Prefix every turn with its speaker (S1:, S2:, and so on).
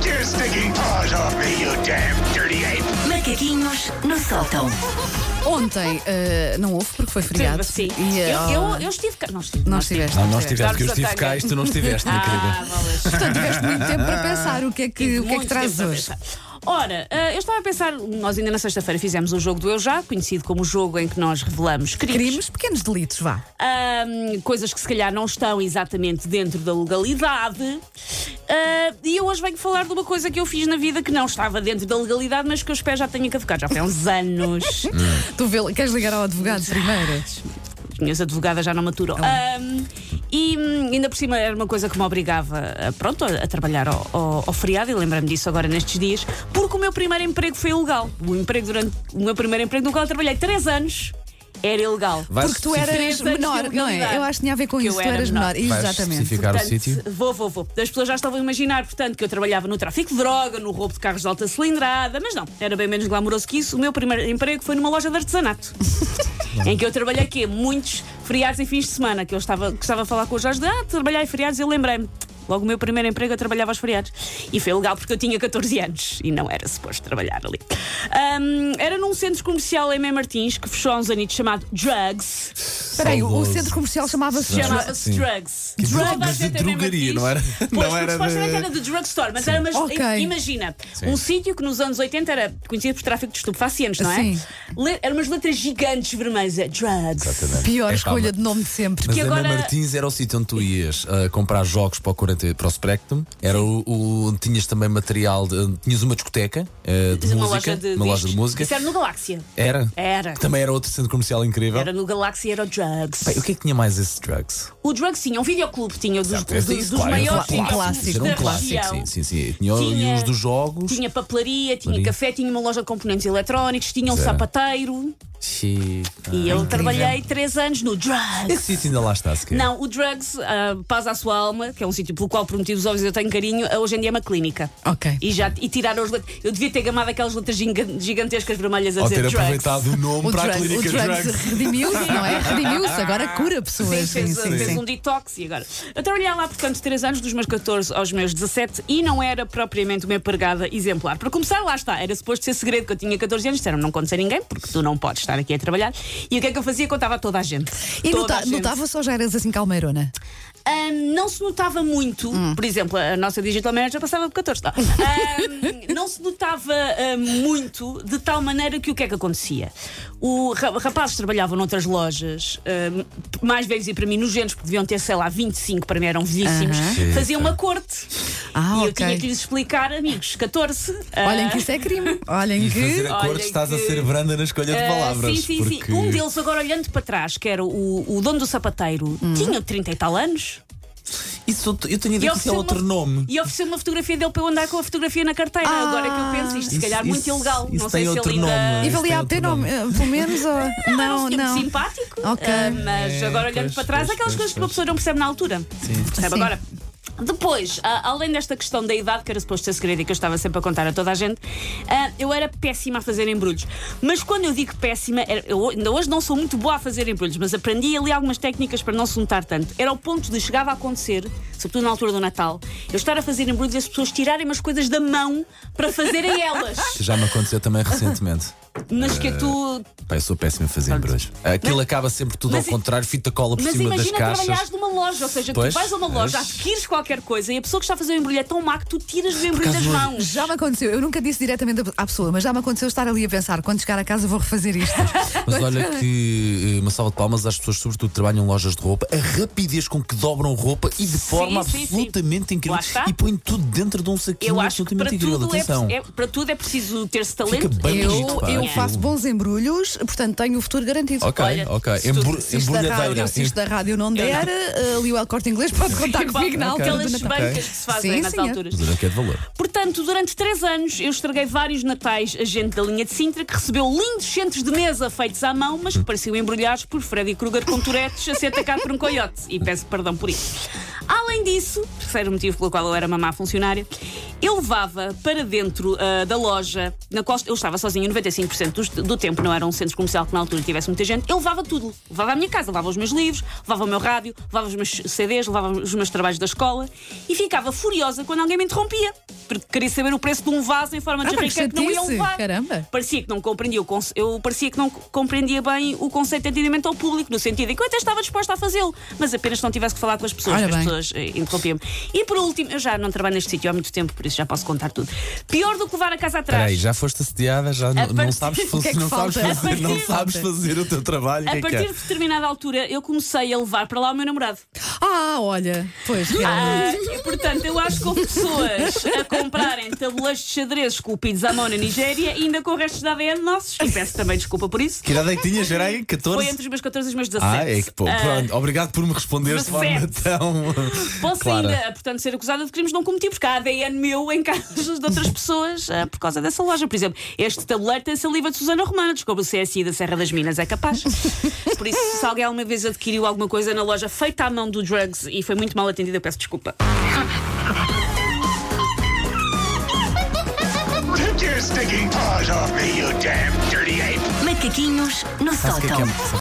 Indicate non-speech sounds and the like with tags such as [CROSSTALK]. S1: taking paws off me, you damn dirty ape!
S2: Macaquinhos no sótão.
S3: Ontem eh, não houve porque foi feriado.
S4: Sim.
S3: E, eh,
S4: eu, eu, eu estive cá. Não estive.
S3: Não estiveste.
S5: Não, nós tivemos, que eu
S4: Dar-nos
S5: estive
S4: a
S5: cá é
S4: tanga.
S5: e tu não estiveste, minha
S4: Ah,
S5: querida.
S3: [LAUGHS]
S4: malas.
S3: Portanto, tiveste muito tempo para pensar o que é que, o que, é que
S4: Muito
S3: traz
S4: tempo a
S3: hoje.
S4: pensar. Ora, eh, eu estava a pensar, nós ainda na sexta-feira fizemos o jogo do Eu Já, conhecido como o jogo em que nós revelamos crimes,
S3: Crimes, pequenos delitos, vá.
S4: ahm, coisas que se calhar não estão exatamente dentro da legalidade. Ah, e eu hoje venho falar de uma coisa que eu fiz na vida que não estava dentro da legalidade, mas que os pés já tenho caducado, já foi há uns [LAUGHS] anos.
S3: Tu vê, queres ligar ao advogado primeiro?
S4: as minhas advogadas já não maturam. Ahm, e hum, ainda por cima era uma coisa que me obrigava a, pronto, a trabalhar ao, ao- ao feriado, e lembrei-me disso agora nestes dias, porque o meu primeiro emprego foi ilegal. O, emprego durante, o meu primeiro emprego no qual eu trabalhei 3 anos era ilegal.
S5: Vais
S3: Porque tu
S5: especificar-
S3: eras
S4: Três anos de
S3: menor, não é?
S4: legalidade.
S3: Eu acho que tinha a ver com
S4: Que
S3: isso.
S4: eu
S3: Tu
S4: era
S3: eras menor.
S4: menor.
S5: vais
S3: Exatamente.
S5: especificar o
S4: Portanto,
S5: sítio?
S4: Vou, vou, vou. As pessoas já estavam a imaginar, portanto, que eu trabalhava no tráfico de droga, no roubo de carros de alta cilindrada, mas não, era bem menos glamouroso que isso. O meu primeiro emprego foi numa loja de artesanato, em que eu trabalhei quê? Muitos feriados e fins de semana, que eu estava, gostava de falar com o Jorge de, ah, trabalhar em feriados, eu lembrei-me. Logo, o meu primeiro emprego eu trabalhava aos feriados. E foi legal porque eu tinha 14 anos e não era suposto trabalhar ali. Ahm, era num centro comercial em Mem Martins que fechou há uns anitos chamado Drugs.
S3: Espera aí, o
S5: Saudoso.
S3: centro comercial chamava-se.
S5: Sim.
S4: Chamava-se
S5: Sim.
S4: Drugs.
S5: Que
S4: Drugs
S5: drogas de
S4: até tem
S5: drogaria,
S4: mesmo
S5: não era-
S4: isso. Pois,
S5: não
S4: porque
S5: era de-
S4: supostamente era de drugstore, mas era uma.
S3: Ok.
S4: Imagina,
S5: Sim.
S4: um sítio que nos anos 80 era conhecido por tráfico de estupefacientes, não é?
S3: Sim.
S4: Le- eram umas letras gigantes vermelhas. é Drugs.
S3: Pior
S5: É,
S3: escolha
S5: calma.
S3: de nome de sempre.
S5: Mas
S4: Que
S5: é a
S4: agora-
S5: Ana Martins era o sítio onde tu ias ah, comprar jogos para o, 40, para o Spectrum, era o, o- onde tinhas também material, de, onde tinhas uma discoteca ah, de
S4: uma
S5: música,
S4: loja de
S5: uma loja de
S4: discos.
S5: música.
S4: Isso era no Galáxia.
S5: Era?
S4: Era.
S5: Que também era outro centro comercial incrível.
S4: Era no Galáxia, era o Drugs.
S5: Bem, o que é que tinha mais esse drugs?
S4: O Drugs tinha um videoclube, tinha dos,
S5: Certo,
S4: dos,
S5: esse-
S4: dos
S5: isso, claro, era
S4: maiores
S3: um
S4: videoclubes
S3: clássico,
S5: Era
S4: da
S5: um clássico,
S4: região.
S5: sim, sim, sim. Tinha,
S4: Tinha-
S5: e os dos jogos.
S4: Tinha papelaria, tinha
S5: Papelaria.
S4: café, tinha uma loja de componentes eletrónicos, tinha um
S5: Zero.
S4: sapateiro.
S5: Ah, Xiii.
S4: E eu
S3: incrível.
S4: trabalhei três anos no Drugs.
S5: Esse sítio Ah, ainda lá está, sequer.
S4: Não, o Drugs, ah, Paz à Sua Alma, que é um sítio pelo qual, por motivos óbvios, eu tenho carinho, ah, hoje em dia é uma clínica.
S3: Ok.
S4: E, já, e tiraram as letras. Eu devia ter gamado aquelas letras giga- gigantescas vermelhas a
S5: Ou
S4: dizer
S5: ter
S4: Drugs.
S5: aproveitado o nome
S4: Um
S3: O
S5: para a
S3: drugs, o
S5: clínica
S3: drugs
S5: drugs.
S4: [LAUGHS]
S3: redimiu-se, não é? Redimiu-se, agora cura
S4: Sim,
S3: pessoas.
S4: fez, fez um detox e agora. Eu trabalhei lá, portanto, três anos, dos meus 14 aos meus 17, e não era propriamente uma empregada exemplar. Para começar, lá está, era suposto ser segredo que eu tinha 14 anos, disseram não conta a ninguém, porque tu não podes estar aqui a trabalhar. E o que é que eu fazia? Contava a toda a gente.
S3: E
S4: Toda
S3: nota-
S4: a gente.
S3: notava-se ou já eras assim calmeirona?
S4: Ah, não se notava muito,
S3: Hum.
S4: por exemplo, a nossa digital manager passava por 14. Não,
S3: [LAUGHS]
S4: Ah, não se notava ah, muito, de tal maneira que o que é que acontecia? O ra- rapazes trabalhavam noutras lojas, ah, mais velhos e para mim, nojentos, porque deviam ter, sei lá, 25, para mim eram velhíssimos,
S5: Sim,
S4: faziam
S5: sim.
S4: uma corte.
S3: Ah,
S4: e eu
S3: ok.
S4: tinha que lhes explicar, amigos, 14. ah,
S3: Olhem que isso é crime. Olhem
S5: E
S3: que.
S5: fazer a
S4: Olha
S5: cor estás a
S4: que-
S5: ser branda na escolha de
S4: Ah,
S5: palavras.
S4: sim, sim,
S5: porque...
S4: sim. Um deles, agora olhando para trás, que era o, o dono do sapateiro,
S3: Hum.
S4: tinha 30 e tal anos.
S5: Isso, eu tenho a
S4: E
S5: ideia que isso é
S4: ofereceu
S5: outro
S4: uma-
S5: nome.
S4: E ofereceu uma fotografia dele para eu andar com a fotografia na carteira.
S3: Ah,
S4: Agora que eu penso isto, se
S5: isso-
S4: calhar muito
S5: isso-
S4: ilegal.
S5: isso
S4: não sei
S5: tem
S4: se ele
S5: outro
S4: ainda.
S5: nome.
S3: E
S5: Isto
S3: valia
S5: Ah, tem
S3: a pena,
S5: outro nome.
S3: eh, pelo menos? Ou...
S4: [LAUGHS] Era um
S3: Não,
S4: tipo
S3: não.
S4: simpático,
S3: Ok.
S4: ah, mas
S5: É,
S4: agora olhando
S5: pois,
S4: para trás,
S5: pois,
S4: aquelas
S5: pois,
S4: coisas que uma
S5: pois.
S4: pessoa não percebe na altura.
S5: Sim.
S4: Percebe
S3: Sim.
S4: agora? Depois, ah, além desta questão da idade, que era suposto ser segredo e que eu estava sempre a contar a toda a gente, ah, eu era péssima a fazer embrulhos. Mas quando eu digo péssima, era- eu ainda hoje não sou muito boa a fazer embrulhos, mas aprendi ali algumas técnicas para não se notar tanto. Era o ponto de chegava a acontecer, sobretudo na altura do Natal, eu estar a fazer embrulhos e as pessoas tirarem umas coisas da mão para fazerem
S5: [LAUGHS]
S4: elas.
S5: Que já me aconteceu também recentemente.
S4: mas que tu.
S5: Pá, eu sou péssimo a fazer embrulhos. Aquilo acaba sempre tudo
S4: mas
S5: ao
S4: i-
S5: contrário, fita cola por
S4: Mas
S5: cima das
S4: imagina
S5: caixas.
S4: trabalhares numa loja, ou seja, tu
S5: Pois,
S4: vais a uma loja,
S5: pois.
S4: adquires qualquer coisa e a pessoa que está a fazer o embrulho é tão má que tu tiras o embrulho das
S5: acaso,
S4: mãos.
S3: Já me aconteceu, eu nunca disse diretamente à pessoa, mas já me aconteceu estar ali a pensar: quando chegar a casa vou refazer
S5: [LAUGHS]
S3: isto.
S5: Mas olha que eh, uma salva de palmas às pessoas, sobretudo que trabalham em lojas de roupa, a rapidez com que dobram roupa e de forma
S4: sim, sim.
S5: absolutamente incrível.
S4: Lá está.
S5: E põem tudo dentro de um saquinho
S4: Eu acho que para
S5: absolutamente incrível.
S4: tudo, é,
S5: Atenção.
S4: é- para tudo é preciso ter-se
S5: Fica
S4: talento. é?
S5: bem
S4: e
S5: bonito,
S3: Eu,
S5: pá.
S3: eu
S5: Aquilo.
S3: faço bons embrulhos, portanto tenho o futuro garantido.
S5: Ok,
S4: é- Olha,
S5: ok.
S4: se tu-
S5: Embru-
S3: Se isto, da
S5: Embrulhadeira.
S3: rádio, se isto da rádio não der, eh, ali o El Corte Inglês pode
S4: [LAUGHS]
S3: contar
S4: Igual
S3: comigo na altura
S4: Aquelas
S3: do Natal.
S4: bancas que se fazem
S3: Sim,
S4: nas
S3: senhor.
S4: alturas.
S5: Mas olha que é de valor.
S4: Tá. Portanto, durante três anos eu estraguei vários natais a gente da linha de Sintra que recebeu lindos centros de mesa feitos à mão, mas que pareciam embrulhados por Freddy Krueger com turetes a ser atacado por um coiote. E peço perdão por isso. Além disso, terceiro motivo pelo qual eu era uma má funcionária, Eu levava para dentro ah, da loja, na qual eu estava sozinha 95% dos- do, tempo, não era um centro comercial que na altura tivesse muita gente, eu levava tudo. Levava a minha casa, levava os meus livros, levava o meu rádio, levava os meus CDs, levava os meus trabalhos da escola e ficava furiosa quando alguém me interrompia, porque queria saber o preço de um vaso em forma de
S3: Ah, pá, que
S4: jarrica que não ia
S3: chatice.
S4: levar.
S3: Caramba.
S4: Parecia que não compreendia o conce- eu parecia que não co- compreendia bem o conceito de atendimento ao público, no sentido em que eu até estava disposta a fazê-lo, mas apenas não tivesse que falar com as pessoas,
S3: Ora
S4: que as
S3: bem.
S4: pessoas eh, interrompiam-me. E por último, eu já não trabalho neste sítio há muito tempo, por isso já posso contar tudo. Pior do que levar a casa atrás.
S5: Peraí, já foste assediada, já não, não
S4: partir-
S5: sabes,
S3: O que é
S5: fazer,
S3: que
S5: não sabes
S3: falta? A
S5: fazer, não
S4: partir-
S5: sabes
S3: falta.
S5: fazer o teu trabalho. o
S4: A
S5: que é que
S4: partir de
S5: é?
S4: determinada altura, eu comecei a levar para lá o meu namorado.
S3: Ah, olha, pois, realmente.
S4: Ah, e, portanto, eu acho que houve pessoas a comprarem tabuleiros de xadrez esculpidos à mão na Nigéria, ainda com restos de ADN nossos. E peço também desculpa por isso.
S5: Que idade é que tinhas? Era aí? 14?
S4: Foi entre os meus 14 e os meus 17.
S5: Ah, é que pô,
S4: Ah,
S5: pronto, obrigado por me responder de forma
S4: 17.
S5: tão.
S4: Posso
S5: clara.
S4: ainda, portanto, ser acusada de crimes não cometidos, porque há ADN meu em casas de outras pessoas ah, por causa dessa loja. Por exemplo, este tabuleiro tem saliva de Susana Romana, descobre o CSI da Serra das Minas, é capaz. Por isso, se alguém alguma vez adquiriu alguma coisa na loja feita à mão do Drugs e foi muito mal atendida, eu peço desculpa.
S1: Take your stinking paws off me, you damn dirty ape!
S2: Macaquinhos no
S5: Sabe o que é que
S2: sótão.
S5: é?